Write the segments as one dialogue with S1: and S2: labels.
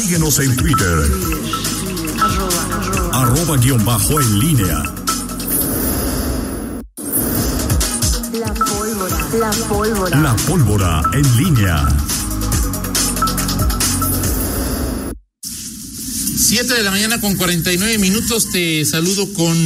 S1: Síguenos en Twitter. Arroba, arroba guión bajo en línea.
S2: La pólvora. La pólvora.
S1: La pólvora en línea.
S3: 7 de la mañana con 49 minutos. Te saludo con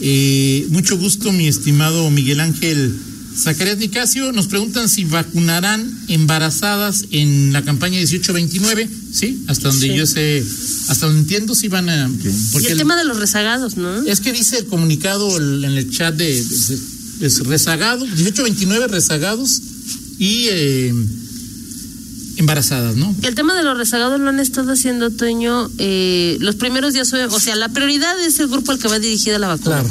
S3: eh, mucho gusto, mi estimado Miguel Ángel Zacarías Nicasio. Nos preguntan si vacunarán embarazadas en la campaña 18-29. Sí, hasta donde
S4: Sí.
S3: yo sé, hasta donde entiendo si van a.
S4: Y el
S3: el- Eh.
S4: tema de los rezagados, ¿no?
S3: es que dice el comunicado el- en el chat de, de- de- es rezagado, 18, 29 rezagados y eh, embarazadas, ¿no?
S4: El tema de los rezagados lo han estado haciendo, Toño, eh, los primeros días, o o sea, la prioridad es el grupo al que va dirigida la vacuna.
S3: Claro.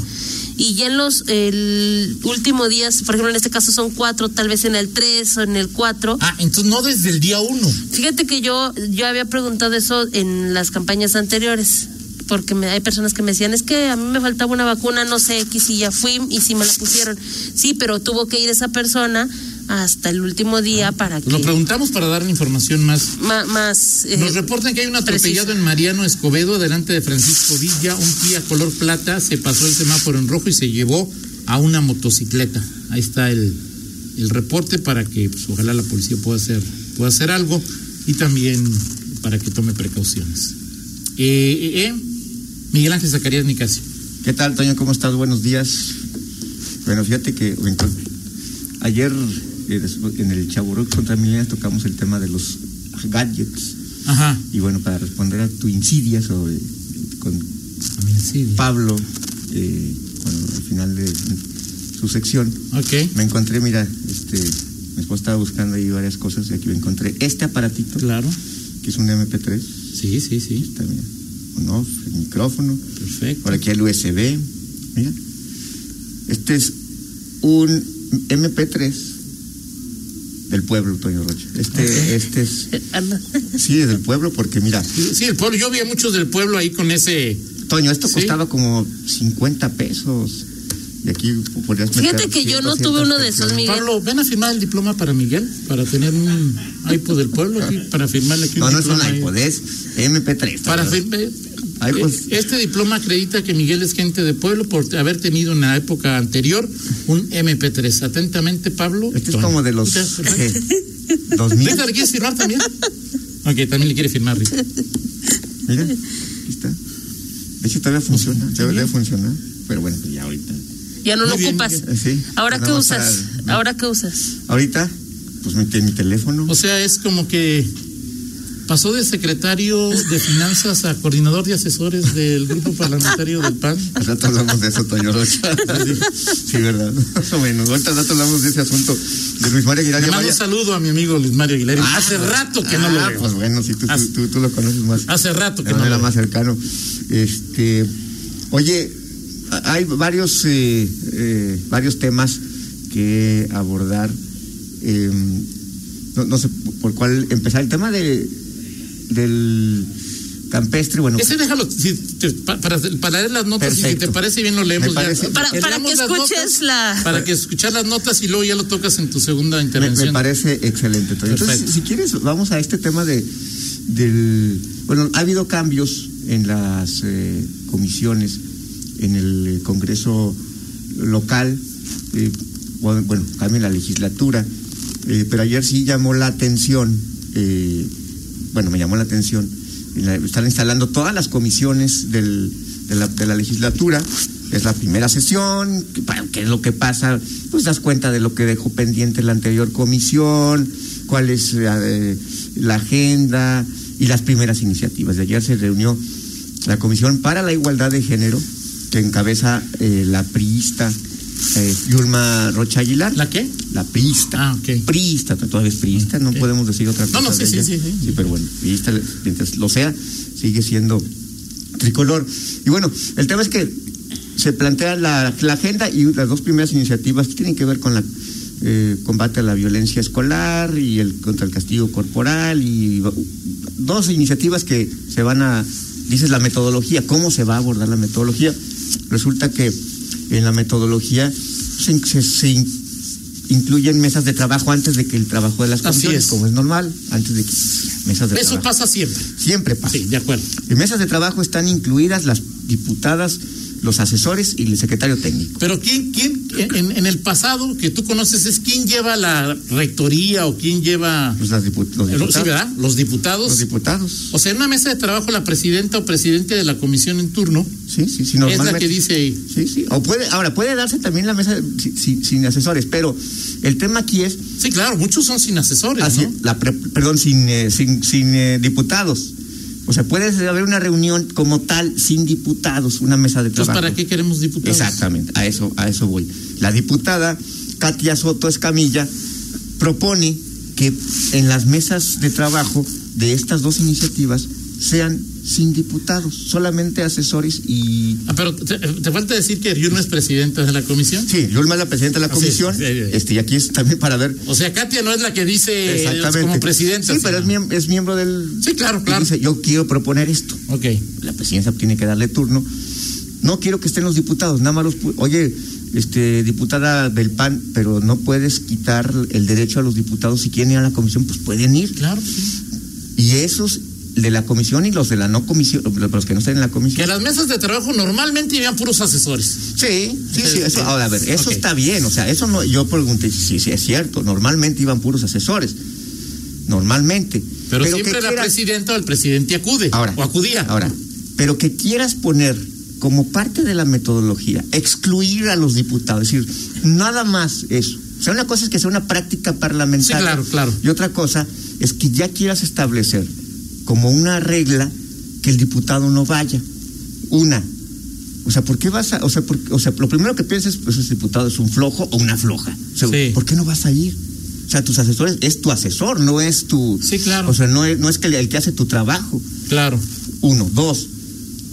S4: Y ya en los el último días, por ejemplo, en este caso son cuatro, tal vez en el tres o en el cuatro.
S3: Ah, entonces no desde el día uno.
S4: Fíjate que yo, yo había preguntado eso en las campañas anteriores, porque me- hay personas que me decían, es que a mí me faltaba una vacuna, no sé, X, si ya fui y si me la pusieron. Sí, pero tuvo que ir esa persona hasta el último día para que...
S3: Ah, Lo preguntamos para dar la información más.
S4: ma- más... eh,
S3: Nos reportan que hay un atropellado
S4: Preciso.
S3: en Mariano Escobedo, delante de Francisco Villa. Un Kia color plata se pasó el semáforo en rojo y se llevó a una motocicleta. Ahí está el, el reporte para que pues, ojalá la policía pueda hacer, pueda hacer algo y también para que tome precauciones. Eh, eh, eh, Miguel Ángel Zacarías Nicasio.
S5: ¿Qué tal, Toño? ¿Cómo estás? Buenos días. Bueno, fíjate que entonces, ayer eh, despu- en el Chaburroc contra Milenias tocamos el tema de los gadgets.
S3: Ajá.
S5: Y bueno, para responder a tu insidia sobre con Pablo, eh, bueno, al final de su sección,
S3: Ok.
S5: me encontré, mira, este, mi esposa estaba buscando ahí varias cosas y aquí me encontré este aparatito,
S3: Claro.
S5: que es un MP3,
S3: Sí, sí, sí.
S5: está, mira, un off, el micrófono,
S3: Perfecto.
S5: por aquí el USB. Mira. Este es un MP3 del pueblo, Toño Rocha. Este, este es.
S4: anda.
S5: Sí, es del pueblo, porque mira,
S3: Sí, el pueblo, yo vi a muchos del pueblo ahí con ese.
S5: Toño, esto
S3: Sí.
S5: costaba como 50 pesos. Y aquí podrías meter
S4: Fíjate que yo no
S5: 100,
S4: tuve uno de esos,
S5: 200
S4: Miguel.
S3: Pablo, ven a firmar el diploma para Miguel, para tener un iPod del pueblo aquí, para firmarle aquí un
S5: No, no es
S3: diploma.
S5: un
S3: ahí.
S5: iPod, es MP3.
S3: Para
S5: Toño.
S3: firmar.
S5: Ay, pues.
S3: Este diploma acredita que Miguel es gente de pueblo por haber tenido en la época anterior un MP3. Atentamente, Pablo.
S5: Este es
S3: Toño.
S5: como de los.
S3: Ya, perfecto.
S5: ¿qué? 2000.
S3: Rita, ¿le quieres firmar también? Ok, también le quiere firmar Rita.
S5: Mira, aquí está. De hecho, todavía funciona, todavía funciona. Pero bueno, pues ya ahorita.
S4: Ya no
S3: Muy
S4: lo
S3: bien,
S4: ocupas.
S5: Miguel. Sí.
S4: Ahora qué
S5: Nada más
S4: usas.
S5: para-
S4: Ahora qué usas.
S5: Ahorita, pues mi, te- mi teléfono.
S3: O sea, es como que pasó de secretario de finanzas a coordinador de asesores del grupo parlamentario del PAN.
S5: Al rato hablamos de eso, Toño Rocha. Sí, ¿verdad? Más o menos. Ahorita al rato hablamos de ese asunto de Luis María Aguilar.
S3: Le
S5: ya
S3: mando
S5: vaya-
S3: un saludo a mi amigo Luis Mario Aguilar.
S5: Ah,
S3: Hace
S5: pues-
S3: rato que no lo
S5: ah,
S3: veo.
S5: Pues bueno, sí, tú, tú,
S3: Hace-
S5: tú, tú lo conoces más.
S3: Hace rato que
S5: de
S3: no
S5: manera
S3: lo
S5: más cercano. Este, oye, a- hay varios, eh, eh, varios temas que abordar. Eh, no, no sé por cuál empezar. El tema de, del campestre, bueno.
S3: Ese déjalo si te- pa- para, para leer las notas y si
S5: Perfecto.
S3: te parece bien lo leemos.
S5: Me
S3: ya.
S5: parece-
S4: Para- para
S3: Leamos
S4: que
S3: las
S4: escuches
S3: notas,
S4: la-
S3: Para que escuchar las notas y luego ya lo tocas en tu segunda
S5: Me,
S3: intervención.
S5: me parece excelente. Toño. Entonces,
S3: Perfecto.
S5: si quieres, vamos a este tema de del bueno, ha habido cambios en las eh, comisiones en el eh, Congreso local, eh, bueno, bueno, cambia la legislatura, eh, pero ayer sí llamó la atención, eh, bueno, me llamó la atención, en la- están instalando todas las comisiones del- de, la, de la legislatura, es la primera sesión, ¿qué pa- qué es lo que pasa? Pues das cuenta de lo que dejó pendiente la anterior comisión, cuál es eh, la agenda y las primeras iniciativas. De ayer se reunió la Comisión para la Igualdad de Género, que encabeza eh, la priista eh, Yulma Rocha Aguilar.
S3: ¿La qué?
S5: La priista.
S3: Ah, ok.
S5: Priista, todavía es priista, no
S3: Ok.
S5: podemos decir otra cosa.
S3: No, no, sí,
S5: de
S3: sí,
S5: ella.
S3: sí, sí.
S5: Sí, pero bueno, priista, mientras lo sea, sigue siendo tricolor. Y bueno, el tema es que se plantea la, la agenda y las dos primeras iniciativas tienen que ver con la eh, combate a la violencia escolar y el contra el castigo corporal y va- dos iniciativas que se van a dices la metodología cómo se va a abordar la metodología resulta que en la metodología se, se- se in- incluyen mesas de trabajo antes de que el trabajo de las
S3: Así
S5: comisiones,
S3: es.
S5: como es normal, antes de que mesas de
S3: Eso
S5: trabajo.
S3: pasa siempre.
S5: Siempre pasa.
S3: Sí, de acuerdo.
S5: En mesas de trabajo están incluidas las diputadas, los asesores y el secretario técnico.
S3: Pero quién, quién, en, en el pasado que tú conoces es quién lleva la rectoría o quién lleva
S5: Pues las dipu- los
S3: Sí,
S5: diputados.
S3: ¿verdad? Los diputados.
S5: Los diputados.
S3: o sea, en una mesa de trabajo la presidenta o presidente de la comisión en turno
S5: Sí, sí,
S3: es
S5: sí,
S3: la
S5: normalmente.
S3: que dice
S5: Sí, sí. O puede, ahora, puede darse también la mesa de- si- si- sin asesores, pero el tema aquí es
S3: Sí, claro, muchos son sin asesores,
S5: Así,
S3: ¿no?
S5: la pre- perdón, sin, eh, sin, sin, eh, diputados. O sea, puede haber una reunión como tal sin diputados, una mesa de
S3: Entonces,
S5: trabajo.
S3: ¿para qué queremos diputados?
S5: Exactamente, a eso, a eso voy. La diputada Katia Soto Escamilla propone que en las mesas de trabajo de estas dos iniciativas sean sin diputados, solamente asesores y...
S3: Ah, pero te, te falta decir que Yurma es presidenta de la comisión.
S5: Sí, Yulma es la presidenta de la
S3: Así es,
S5: comisión,
S3: sí, sí, sí.
S5: este, y aquí es también para ver...
S3: O sea, Katia no es la que dice eh,
S5: Exactamente.
S3: como presidenta.
S5: Sí, pero es
S3: sino-
S5: miemb- es miembro del...
S3: Sí, claro,
S5: Y
S3: claro.
S5: dice, yo quiero proponer esto.
S3: Ok.
S5: La presidencia tiene que darle turno. No quiero que estén los diputados, nada más los... pu- Oye, este, diputada del PAN, pero no puedes quitar el derecho a los diputados si quieren ir a la comisión, pues pueden ir.
S3: Claro, sí.
S5: Y esos de la comisión y los de la no comisión, los que no estén en la
S3: Que
S5: comisión.
S3: las mesas de trabajo normalmente llevan puros asesores.
S5: Sí, sí, sí. eso- ahora, a ver, eso
S3: Ok.
S5: está bien. O sea, eso no. Yo pregunté si sí, es cierto. Normalmente iban puros asesores. Normalmente.
S3: Pero,
S5: que
S3: siempre la
S5: quieran-
S3: presidenta o el presidente acude.
S5: Ahora.
S3: o acudía.
S5: Ahora, pero que quieras poner como parte de la metodología, excluir a los diputados, es decir, nada más eso. O sea, una cosa es que sea una práctica parlamentaria.
S3: Sí, claro, claro.
S5: Y otra cosa es que ya quieras establecer como una regla que el diputado no vaya. Una. O sea, ¿por qué vas a.? O sea, por- o sea lo primero que piensas, pues ese diputado es un flojo o una floja. O sea,
S3: Sí.
S5: ¿Por qué no vas a ir? O sea, tus asesores, es tu asesor, no es tu.
S3: Sí, claro.
S5: O sea, no es, no es que el- el que hace tu trabajo.
S3: Claro.
S5: Uno, dos,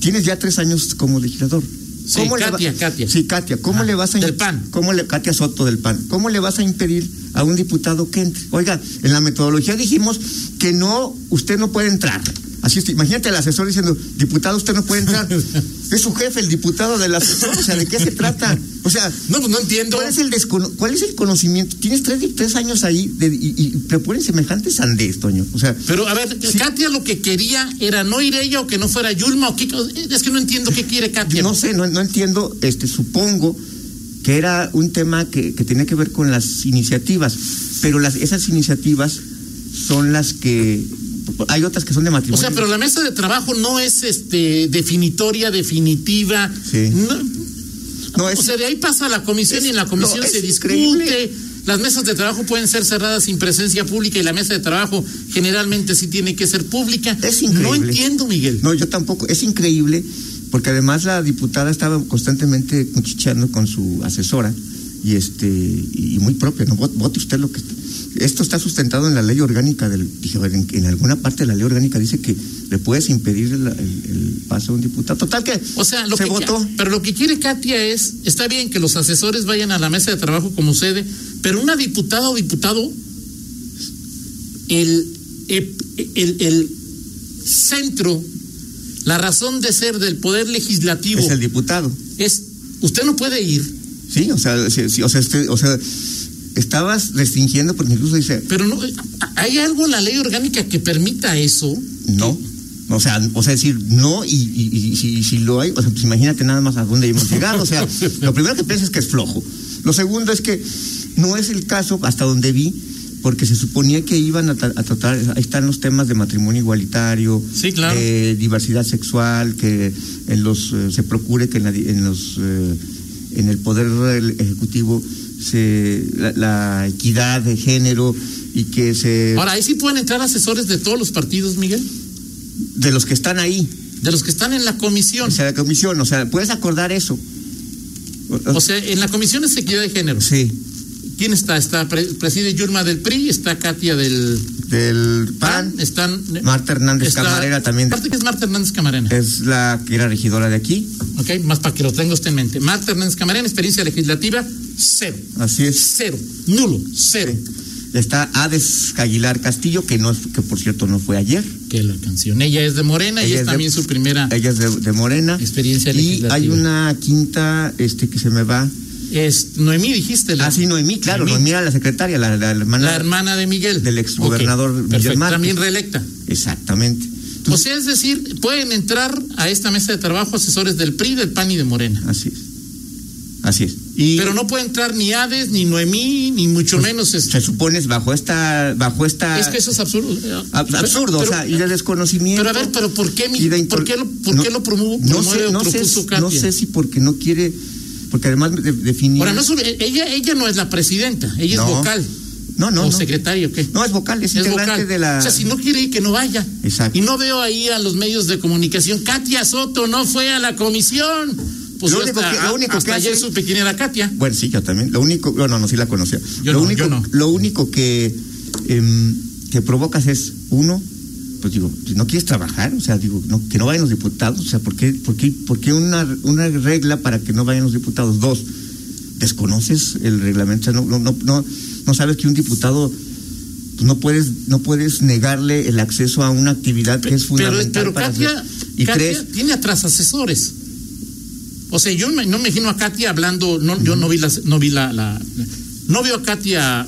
S5: tienes ya tres años como legislador.
S3: Sí, Katia, Katia.
S5: Sí, Katia, ¿cómo
S3: Ah,
S5: le vas a
S3: del PAN.
S5: ¿Cómo le, Katia Soto del PAN, ¿cómo le vas a impedir a un diputado que entre? Oiga, en la metodología dijimos que no, usted no puede entrar. Así es, que imagínate al asesor diciendo, diputado, usted no puede entrar. es su jefe, el diputado del asesor, o sea, ¿de qué se trata? O sea,
S3: No, pues no entiendo.
S5: ¿Cuál es el, descono- cuál es el conocimiento? Tienes tres, tres años ahí de- y, y proponen semejante sandez, Toño. O sea,
S3: Pero a ver, Katia lo que quería era no ir ella o que no fuera Yulma o qué co- es que no entiendo qué quiere Katia.
S5: Yo no sé, no, no entiendo, este, supongo que era un tema que, que tenía que ver con las iniciativas, pero las, esas iniciativas son las que hay otras que son de
S3: O
S5: matrimonio.
S3: sea, pero la mesa de trabajo no es este definitoria, definitiva.
S5: Sí.
S3: No-
S5: no es
S3: o sea, de ahí pasa a la comisión y en la comisión
S5: no, es
S3: se discute.
S5: increíble.
S3: Las mesas de trabajo pueden ser cerradas sin presencia pública y la mesa de trabajo generalmente sí tiene que ser pública.
S5: Es increíble.
S3: No entiendo, Miguel.
S5: No, yo tampoco. Es increíble porque además la diputada estaba constantemente cuchicheando con su asesora y este y muy propia. No Vot- vote usted lo que esto está sustentado en la ley orgánica del dije, a ver, en, en alguna parte de la ley orgánica dice que le puedes impedir el, el- el paso a un diputado. Total que
S3: O sea, lo
S5: se
S3: que
S5: votó.
S3: pero lo que quiere Katia es, está bien que los asesores vayan a la mesa de trabajo como sede, pero una diputada o diputado, el, el, el- el centro, la razón de ser del poder legislativo
S5: Es
S3: es,
S5: el diputado.
S3: usted no puede ir,
S5: Sí, o sea, sí, sí, o sea, este- o sea, estabas restringiendo porque incluso dice
S3: pero no, hay algo en la ley orgánica que permita eso.
S5: No. O sea, o sea, decir no y, y- y- y si, si lo hay, o sea, pues imagínate nada más a dónde hemos llegado. O sea, lo primero que piensas es que es flojo. Lo segundo es que no es el caso hasta donde vi, porque se suponía que iban a, tra- a tratar, ahí están los temas de matrimonio igualitario,
S3: Sí, claro.
S5: de diversidad sexual, que en los eh, se procure que en, la di- en los eh, en el poder el- ejecutivo se la, la equidad de género y que se
S3: Ahora, ahí sí pueden entrar asesores de todos los partidos, Miguel,
S5: de los que están ahí
S3: de los que están en la comisión.
S5: O sea, la comisión, o sea, puedes acordar eso.
S3: O sea, en la comisión es equidad de género.
S5: sí.
S3: ¿Quién está? Está pre- preside Yurma del PRI, está Katia del
S5: Del PAN,
S3: PAN, están
S5: Marta Hernández Camarena también. Eh.
S3: Aparte que es Marta Hernández Camarena.
S5: es la que era regidora de aquí.
S3: Ok, más para que lo tenga usted en mente. Marta Hernández Camarena, experiencia legislativa, cero.
S5: Así es.
S3: Cero. Nulo. Cero.
S5: Está Hades Aguilar Castillo, que no es- que por cierto no fue ayer.
S3: Que la canción. Ella es de Morena y
S5: Ella
S3: es,
S5: es de-
S3: también su primera.
S5: Ella es de, de Morena.
S3: Experiencia
S5: Y
S3: legislativa.
S5: hay una quinta este que se me va.
S3: Es, Noemí, dijiste.
S5: Ah, sí, Noemí, claro. Noemí, era la secretaria, la, la hermana.
S3: La hermana de Miguel.
S5: Del exgobernador
S3: Ok,
S5: Miguel
S3: perfecto,
S5: Márquez.
S3: También reelecta.
S5: Exactamente.
S3: O
S5: Entonces,
S3: sea, es decir, pueden entrar a esta mesa de trabajo asesores del PRI, del PAN y de Morena.
S5: así es. Así es. Y Pues,
S3: Pero no puede entrar ni Hades, ni Noemí, ni mucho menos. este.
S5: se supone es bajo esta. Bajo esta
S3: Es que eso es absurdo. ¿eh?
S5: ab- absurdo,
S3: Pero-
S5: o sea, y de desconocimiento.
S3: Pero a ver, pero ¿por qué, mi-
S5: y de intol-
S3: ¿por qué lo, por qué lo promu-
S5: no
S3: promueve
S5: sé,
S3: o
S5: no sé,
S3: propuso
S5: si- no
S3: Katia?
S5: sé si porque no quiere. Porque además de- definir.
S3: Ahora, no es un- ella, ella no es la presidenta, ella
S5: No.
S3: es vocal.
S5: No, no,
S3: ¿O
S5: no.
S3: secretario qué?
S5: No, es vocal, es,
S3: es
S5: integrante
S3: vocal.
S5: de la.
S3: O sea, si no quiere ir, que no vaya.
S5: Exacto.
S3: Y no veo ahí a los medios de comunicación. Katia Soto no fue a la comisión. Pues
S5: Lo
S3: yo
S5: único
S3: hasta,
S5: que- lo único
S3: hasta
S5: que
S3: ayer
S5: hace-
S3: supe quién era Katia.
S5: Bueno, sí, yo también. Lo único, bueno, no, sí la conocía.
S3: Yo
S5: lo
S3: no,
S5: único,
S3: yo no.
S5: lo único que em, que provocas es uno, pues digo, si no quieres trabajar, o sea, digo, no, que no vayan los diputados, o sea, ¿por qué, por qué, por qué una, una regla para que no vayan los diputados? Dos, desconoces el reglamento, o sea, no, no, no, no, no sabes que un diputado pues, no puedes, no puedes negarle el acceso a una actividad que es
S3: Pero,
S5: fundamental
S3: pero
S5: para
S3: Katia,
S5: hacer. y
S3: Katia
S5: tres,
S3: tiene atrás asesores. O sea, yo me- no me imagino a Katia hablando, no, yo no vi la, no vi la, la- no veo a Katia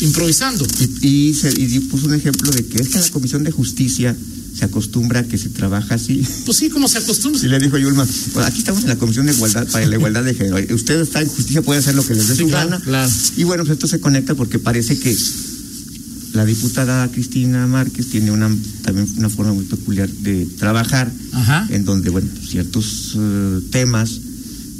S3: improvisando.
S5: Y, y, se- y di- puso un ejemplo de que es que en la Comisión de Justicia se acostumbra a que se trabaja así.
S3: Pues sí, como se acostumbra.
S5: Y le dijo Yulma, "Bueno, aquí estamos en la Comisión de Igualdad para la Igualdad de Género. Ustedes están en justicia, pueden hacer lo que les dé
S3: Sí,
S5: su
S3: claro,
S5: gana.
S3: claro.
S5: Y bueno, pues esto se conecta porque parece que la diputada Cristina Márquez tiene una también una forma muy peculiar de trabajar,
S3: Ajá.
S5: en donde, bueno, ciertos eh, temas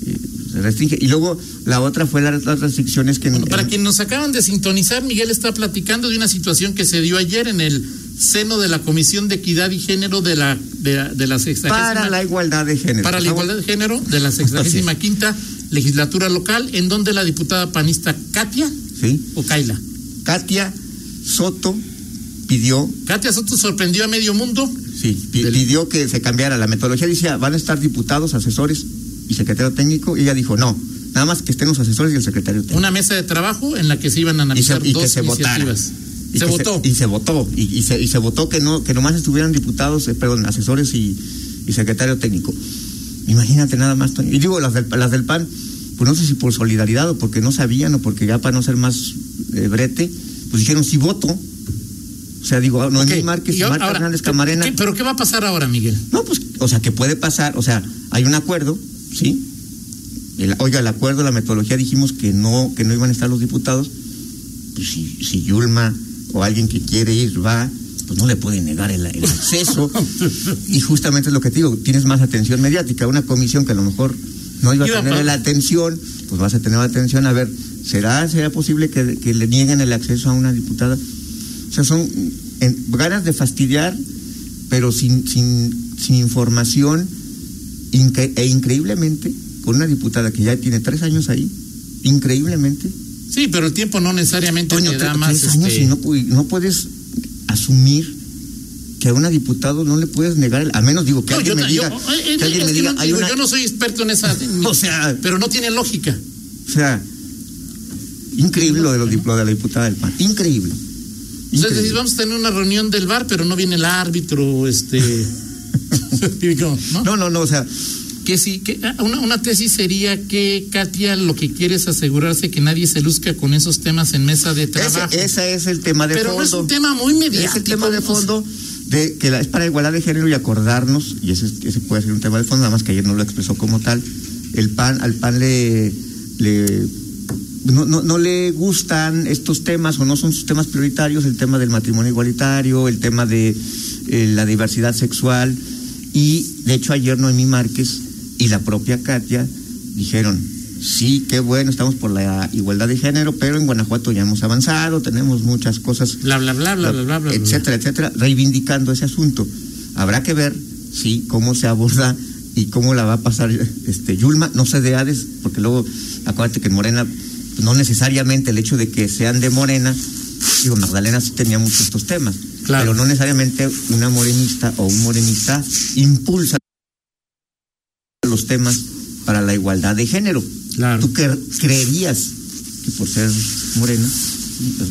S5: eh, se restringe. Y luego la otra fue la- las restricciones que... en-
S3: Bueno, para
S5: en-
S3: quienes nos acaban de sintonizar, Miguel está platicando de una situación que se dio ayer en el seno de la Comisión de Equidad y Género de la de, la- de la sexagésima-
S5: para la igualdad de género.
S3: para la
S5: Por favor.
S3: igualdad de género de la sexagésima quinta legislatura local, en donde la diputada panista Katia
S5: Sí.
S3: o Kaila.
S5: Katia Soto pidió,
S3: Katia Soto sorprendió a medio mundo.
S5: sí, pi-
S3: Del-
S5: pidió que se cambiara la metodología. Decía, van a estar diputados, asesores y secretario técnico. Y ella dijo, no, nada más que estén los asesores y el secretario técnico.
S3: Una mesa de trabajo en la que se iban a
S5: y se,
S3: analizar
S5: y
S3: dos
S5: que se votara.
S3: iniciativas.
S5: Y
S3: se
S5: que
S3: votó.
S5: y se votó. Y, y se, y se votó que no que nomás estuvieran diputados, eh, perdón, asesores y, y secretario técnico. Imagínate nada más, Toño. Y digo, las del, las del PAN, pues no sé si por solidaridad o porque no sabían o porque ya para no ser más eh, brete, pues dijeron sí voto. O sea, digo, no
S3: Ok,
S5: es Márquez,
S3: y
S5: y Marta
S3: ahora-
S5: Hernández Camarena.
S3: ¿qué- pero ¿qué va a pasar ahora, Miguel?
S5: No, pues, o sea, que puede pasar, o sea, hay un acuerdo, ¿sí? El- oiga, el acuerdo, la metodología, dijimos que no, que no iban a estar los diputados. Pues si, si Yulma o alguien que quiere ir va, pues no le puede negar el, el acceso. y justamente es lo que te digo, tienes más atención mediática, una comisión que a lo mejor no iba
S3: Iba
S5: a tener
S3: pa-
S5: la atención, pues vas a tener la atención. A ver, ¿será, será posible que, que le nieguen el acceso a una diputada? O sea, son en- ganas de fastidiar, pero sin, sin, sin información incre- e increíblemente con una diputada que ya tiene tres años ahí, increíblemente.
S3: Sí, pero el tiempo no necesariamente
S5: Toño,
S3: te
S5: tre-
S3: da más.
S5: tres años
S3: este,
S5: y no, pu- no puedes asumir que a una diputado no le puedes negar, el- a menos digo que
S3: No, yo
S5: alguien me
S3: ta- yo-
S5: diga,
S3: eh,
S5: que alguien
S3: es
S5: me
S3: que
S5: diga,
S3: no,
S5: hay
S3: digo,
S5: una,
S3: yo no soy experto en esa.
S5: o sea,
S3: pero no tiene lógica.
S5: o sea, increíble lo de, los, dip- lo de la diputada del PAN, increíble.
S3: O sea, es
S5: Increíble.
S3: decir, vamos a tener una reunión del bar, pero no viene el árbitro, este. y como, ¿no?
S5: No, no, no, o sea,
S3: Que sí, que ah, una, una tesis sería que Katia lo que quiere es asegurarse que nadie se luzca con esos temas en mesa de
S5: ese,
S3: trabajo.
S5: ese es el tema de
S3: pero
S5: fondo.
S3: no es un tema muy mediático.
S5: Es el tema de
S3: o sea,
S5: fondo de que la- es para igualdad de género y acordarnos, y ese, ese puede ser un tema de fondo, nada más que ayer no lo expresó como tal. El PAN, al PAN le, le no, no, no le gustan estos temas o no son sus temas prioritarios, el tema del matrimonio igualitario, el tema de eh, la diversidad sexual. Y de hecho ayer Noemí Márquez y la propia Katia dijeron, sí, qué bueno, estamos por la igualdad de género, pero en Guanajuato ya hemos avanzado, tenemos muchas cosas
S3: Bla, bla, bla, bla, bla, bla, bla.
S5: etcétera, etcétera, reivindicando ese asunto. Habrá que ver, sí, cómo se aborda y cómo la va a pasar este Yulma, no sé de Hades, porque luego acuérdate que en Morena, pues, no necesariamente el hecho de que sean de Morena, digo, Magdalena sí tenía muchos estos temas,
S3: Claro.
S5: pero no necesariamente una morenista o un morenista impulsa los temas para la igualdad de género.
S3: Claro.
S5: ¿Tú cre- creerías que por ser morena lo impu-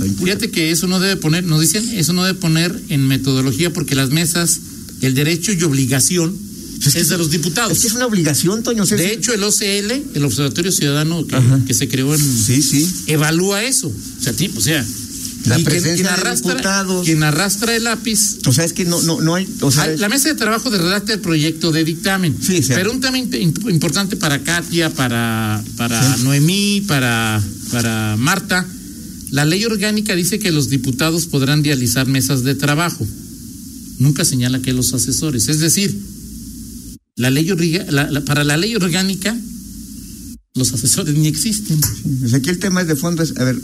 S5: lo impulsa?
S3: Fíjate que eso no debe poner, nos dicen, eso no debe poner en metodología porque las mesas, el derecho y obligación es, de los diputados.
S5: Es que es una obligación, Toño. o sea,
S3: De
S5: es-
S3: hecho, el OCL, el Observatorio Ciudadano que, que se creó en.
S5: sí, sí.
S3: Evalúa eso. O sea, tipo, o sea. y
S5: La
S3: quien-
S5: presencia de diputados.
S3: quien arrastra el lápiz
S5: O sea, es que no, no, no hay. O sea,
S3: Ay, La mesa de trabajo de redacta el proyecto de dictamen.
S5: Sí, sí.
S3: Pero un tema imp- imp- importante para Katia, para, para Noemí, para, para Marta. La ley orgánica dice que los diputados podrán realizar mesas de trabajo. Nunca señala que los asesores. Es decir, la ley orga- la- la- para la ley orgánica, los asesores ni existen.
S5: o sea, aquí el tema es de fondo. Es, a ver.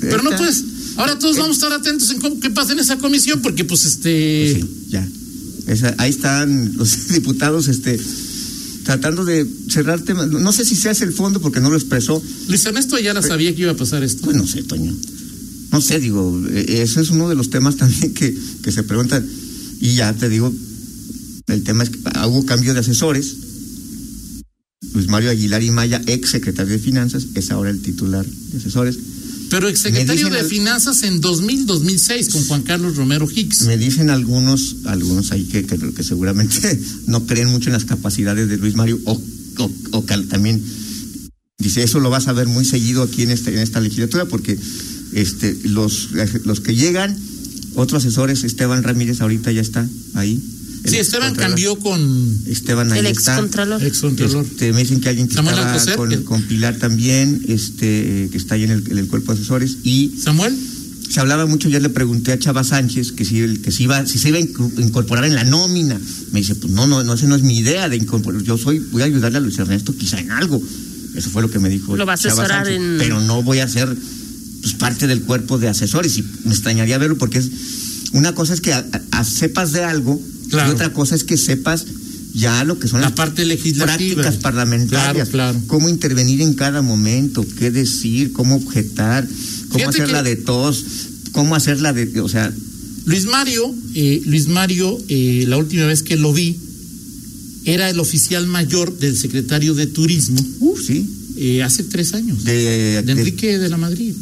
S3: Pero no
S5: esta-
S3: pues, ahora
S5: Eh.
S3: todos vamos a estar atentos en cómo, qué pasa en esa comisión, porque pues este...
S5: Sí, ya. Esa- ahí están los diputados este, tratando de cerrar temas. No sé si se hace el fondo porque no lo expresó.
S3: Luis Ernesto ya la sabía que iba a pasar esto.
S5: Pues no sé, Toño. No sé, digo, eh, ese es uno de los temas también que, que se preguntan. Y ya te digo, el tema es que ah, hubo cambio de asesores. Luis Mario Aguilar y Maya, ex secretario de Finanzas, es ahora el titular de asesores.
S3: Pero exsecretario
S5: Me dicen
S3: de
S5: al-
S3: Finanzas en 2000-2006 con Juan Carlos Romero Hicks.
S5: Me dicen algunos, algunos ahí que, que, que seguramente no creen mucho en las capacidades de Luis Mario o, o- o cal- también dice eso lo vas a ver muy seguido aquí en esta en esta legislatura porque este los los que llegan otros asesores Esteban Ramírez ahorita ya está ahí. El
S3: Sí, Esteban cambió
S5: excontralor.
S3: con
S5: Esteban ahí
S4: El
S5: está.
S4: excontralor.
S3: excontralor.
S5: Este, me dicen que alguien que
S3: Samuel
S5: estaba
S3: Alcocer,
S5: con,
S3: que-
S5: con Pilar también, este, eh, que está ahí en el, en el cuerpo de asesores, y
S3: Samuel,
S5: se hablaba mucho, ya le pregunté a Chava Sánchez que si, el- que si, iba, si se iba a incu- incorporar en la nómina. Me dice, pues no, no, no, esa no es mi idea de incorporar. Yo soy, voy a ayudarle a Luis Ernesto quizá en algo. Eso fue lo que me dijo.
S4: Lo va a
S5: Chava
S4: asesorar
S5: Sánchez,
S4: en-
S5: Pero no voy a ser pues, parte del cuerpo de asesores. Y me extrañaría verlo porque es una cosa es que a- a- sepas de algo
S3: Claro.
S5: y otra cosa es que sepas ya lo que son
S3: la parte legislativa.
S5: ¿Ah? prácticas parlamentarias,
S3: Claro, claro.
S5: cómo intervenir en cada momento, qué decir, cómo objetar, cómo
S3: Fíjate
S5: hacerla
S3: que-
S5: de tos, cómo hacerla de, o sea,
S3: Luis Mario, eh, Luis Mario, eh, la última vez que lo vi, era el oficial mayor del secretario de Turismo
S5: uh, sí,
S3: eh, hace tres años.
S5: de,
S3: de Enrique de la Madrid.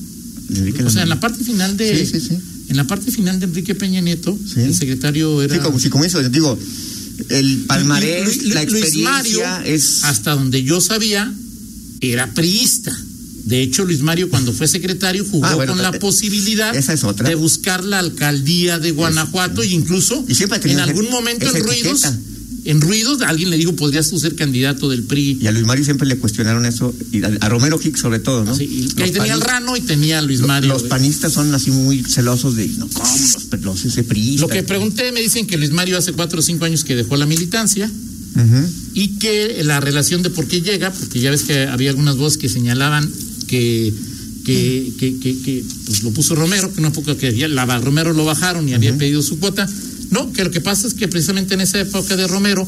S5: de Enrique
S3: O sea, en la
S5: Lamar.
S3: parte final de.
S5: Sí, sí, sí.
S3: En la parte final de Enrique Peña Nieto,
S5: Sí.
S3: el secretario era.
S5: Sí, como, sí, como eso, digo, el palmarés,
S3: Lu- Lu-
S5: la
S3: Luis
S5: experiencia
S3: Mario,
S5: es
S3: hasta donde yo sabía, era priista. De hecho, Luis Mario, cuando fue secretario, jugó
S5: Ah, bueno,
S3: con la
S5: eh,
S3: posibilidad
S5: esa es otra.
S3: de buscar la alcaldía de Guanajuato, e incluso
S5: Y siempre ha
S3: en
S5: tenido
S3: algún
S5: esa-
S3: momento
S5: esa
S3: en ruidos,
S5: etiqueta.
S3: en ruidos, alguien le dijo, podrías tú ser candidato del PRI.
S5: y a Luis Mario siempre le cuestionaron eso y a, a Romero Hicks sobre todo, ¿no?
S3: Ah, Sí, y que
S5: Los
S3: ahí tenía el
S5: panistas-
S3: Rano y tenía a Luis
S5: lo-
S3: Mario. eh.
S5: los panistas son así muy celosos de no, ¿cómo? Los, los ese priista.
S3: Lo que pregunté, me dicen que Luis Mario hace cuatro o cinco años que dejó la militancia.
S5: Ujú.
S3: y que la relación de por qué llega, porque ya ves que había algunas voces que señalaban que, que, que, que- que, pues, lo puso Romero, que una poco que ya la, Romero lo bajaron y había pedido su cuota. No, que lo que pasa es que precisamente en esa época de Romero,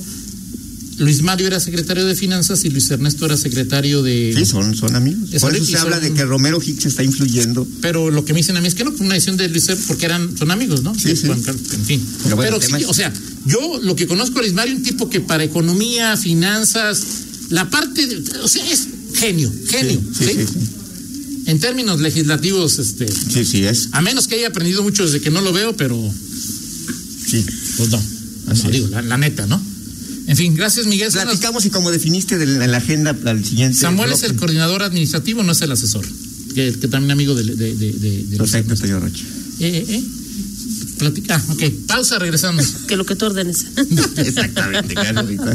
S3: Luis Mario era secretario de Finanzas y Luis Ernesto era secretario de...
S5: Sí, son, son amigos.
S3: Es
S5: Por
S3: correcto,
S5: eso
S3: y
S5: se
S3: son-
S5: habla de que Romero Hicks está influyendo.
S3: Pero lo que me dicen a mí es que no, fue una decisión de Luis Ernesto, porque eran, son amigos, ¿no?
S5: Sí, sí.
S3: Juan Carlos, En fin. Pero,
S5: Pero bueno, el tema
S3: sí,
S5: es-
S3: o sea, yo lo que conozco a Luis Mario, un tipo que para economía, finanzas, la parte, de- o sea, es genio, genio.
S5: Sí,
S3: ¿sí?
S5: sí, sí.
S3: En términos legislativos, este,
S5: Sí, sí, es.
S3: a menos que haya aprendido mucho desde que no lo veo, pero
S5: Sí.
S3: pues no.
S5: Así
S3: No,
S5: es.
S3: digo, la, la neta, ¿no? En fin, gracias Miguel. Son las-
S5: Platicamos y como definiste de la, la agenda al siguiente.
S3: Samuel es
S5: bloque.
S3: el coordinador administrativo, no es el asesor, que, que también amigo de, de, de- de- de-
S5: Perfecto, señor Rocha.
S3: Eh, eh, eh. Platica, ah, ok. Pausa, regresamos.
S4: Que lo que tú ordenes.
S5: Exactamente, claro, Rita.